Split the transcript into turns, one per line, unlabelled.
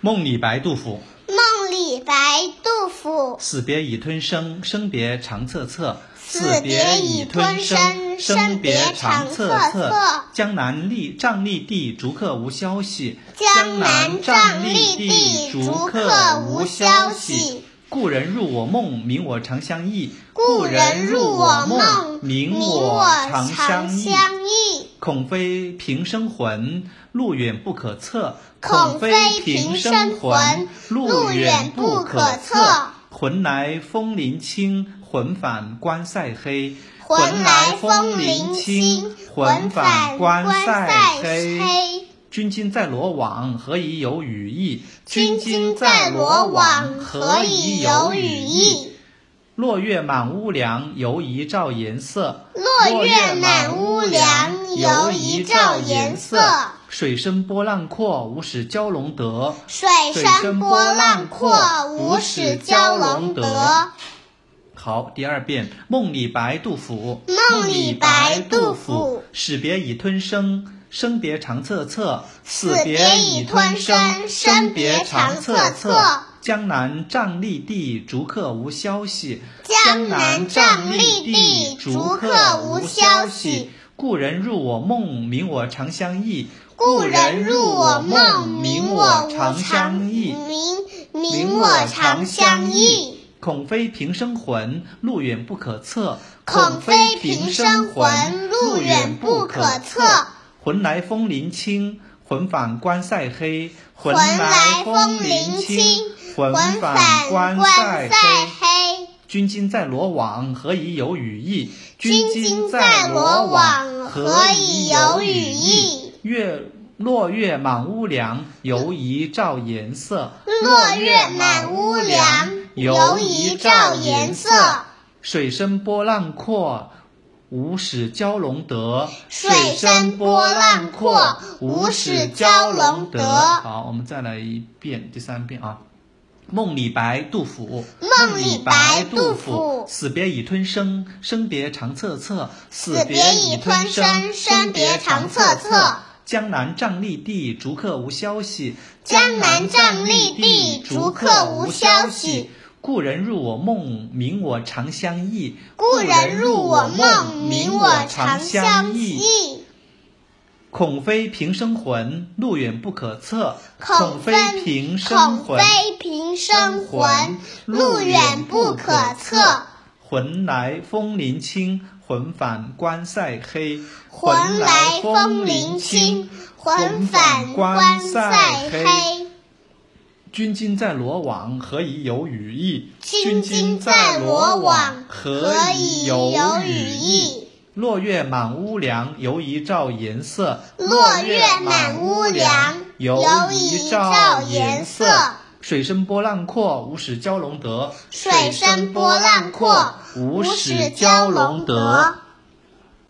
梦李白杜甫，
梦李白杜甫，
死别已吞声，生别长恻恻。
死别已吞声
生别长恻恻
恻恻。
江南立瘴疠地，逐客无消息。
江南
瘴
瘴
疠
疠地
逐
逐
客
客
无
无
消
消
息
息。
故人入我梦，明我常相忆。
故人入我梦，
明
我
常
常
相忆。
相忆。
孔非平生魂，路远不可测。
孔非
平
平
生魂
生魂，
路
路
远
远
不
不
可
可
测
测。
魂来风林清，魂返关塞黑。
魂来风
林
林清，
魂返
魂返
关
关
塞
塞
黑。
黑。
君今在罗网，何以有羽翼？
君今在罗网，何以有羽翼？？
落月满屋梁，犹疑照颜色。
落月满屋梁，犹疑照颜色。
水深波浪阔，无使蛟龙得。
水深波浪阔，无使蛟龙得。
好，第二遍，梦李白杜甫。
梦李白杜甫。
死别已吞声，生别长恻恻。死
别已吞声生别长恻恻。
江南瘴疠地，逐客无消息。
江南瘴疠地逐客无消息。
故人入我梦，明我常相忆。
故人入我梦，
明
明我
常相
无常
忆。
明明我常相忆。
孔非平生魂，路远不可测。
孔非平生魂，路远不可测。
魂来风林清，魂返关塞黑。魂
魂来
风
风林清，
魂
魂
返
返
关
关
塞
塞
黑。
黑。
君今在罗网，何以有羽翼？
君今在罗网，何以有羽？翼？
月落月满屋梁，犹疑照颜色。
落月满屋梁，犹疑照颜色。
水深波浪阔，无使蛟龙得。
水深波浪阔无使蛟龙得
好，我们再来一遍，第三遍啊。梦李白杜甫，
梦李白杜甫
死别已吞声，生别长恻恻。死
死别已吞声生别长恻恻。
江南瘴疠地，逐客无消息。
江南瘴疠地逐客无消息。
故人入我梦，明我常相忆。
故人入我梦，明我常相忆。
孔非平生魂，路远不可测。
孔
非平生
孔
魂，
非平生魂，路远不可测。。
魂来风林清，魂返关塞黑。
魂来风林清，魂返关塞黑。
君今在罗网，何以有羽翼？
君今在罗网，
何
何
以
以
有
有
羽
羽
翼
翼？
落月满屋梁，犹疑照颜色。
落月满屋梁
犹
疑照颜色。
水深波浪阔，无使蛟龙得。
水深波浪阔
无
无
使
使蛟龙得。